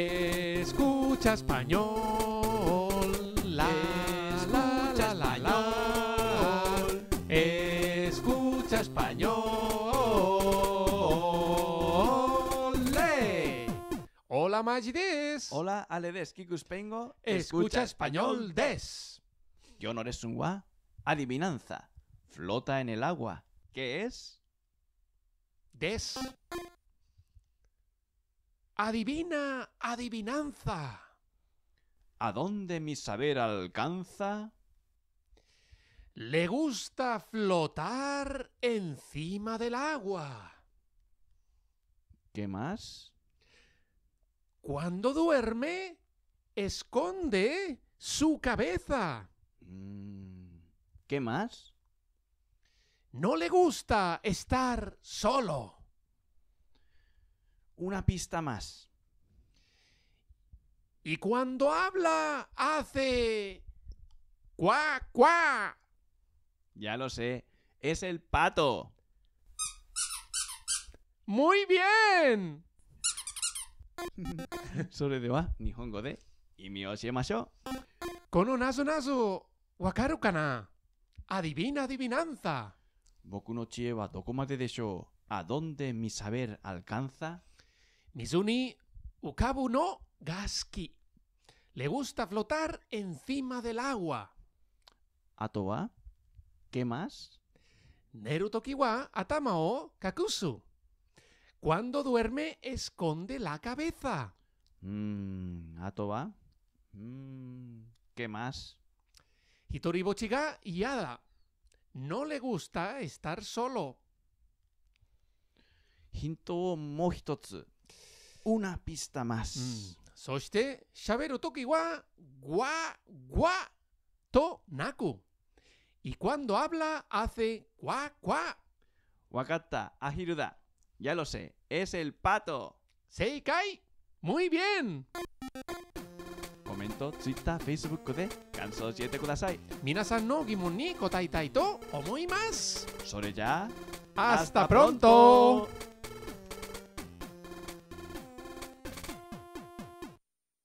Escucha español. La, la, la, la, la. Escucha español. Le. Hola, Magides. Hola, Aledes, Kikus Pengo. Escucha español des. Yo no eres un gua. Adivinanza. Flota en el agua. ¿Qué es? Des. Adivina, adivinanza. ¿A dónde mi saber alcanza? Le gusta flotar encima del agua. ¿Qué más? Cuando duerme, esconde su cabeza. Mm, ¿Qué más? No le gusta estar solo. Una pista más. Y cuando habla, hace... ¡Cuá, cuá! Ya lo sé. Es el pato. ¡Muy bien! Sobre de wa, Nihongo de y mi e Oshimasho. Con un aso naso, wakaru kana. Adivina, adivinanza. Boku no chie wa dokomade desho. ¿A dónde mi saber alcanza? Mizuni Ukabu no Gaski. Le gusta flotar encima del agua. ¿Ato wa? ¿Qué más? Neru Tokiwa Atama o Kakusu. Cuando duerme, esconde la cabeza. Mm, ¿Ato wa? Mm, ¿Qué más? Hitori Bochiga Yada. No le gusta estar solo. Hinto o mohitotsu. Una pista más. そして、喋るときは、gua, gua, to, naku. Y cuando habla, hace gua, gua. Wakata, Ahiruda. Ya lo sé, es el pato. Seikai. Muy bien. Comento, Twitter, Facebook で感想を教えてください。 Minasan no gimon ni kotai tai to omoimasu. それじゃあ、 Hasta pronto.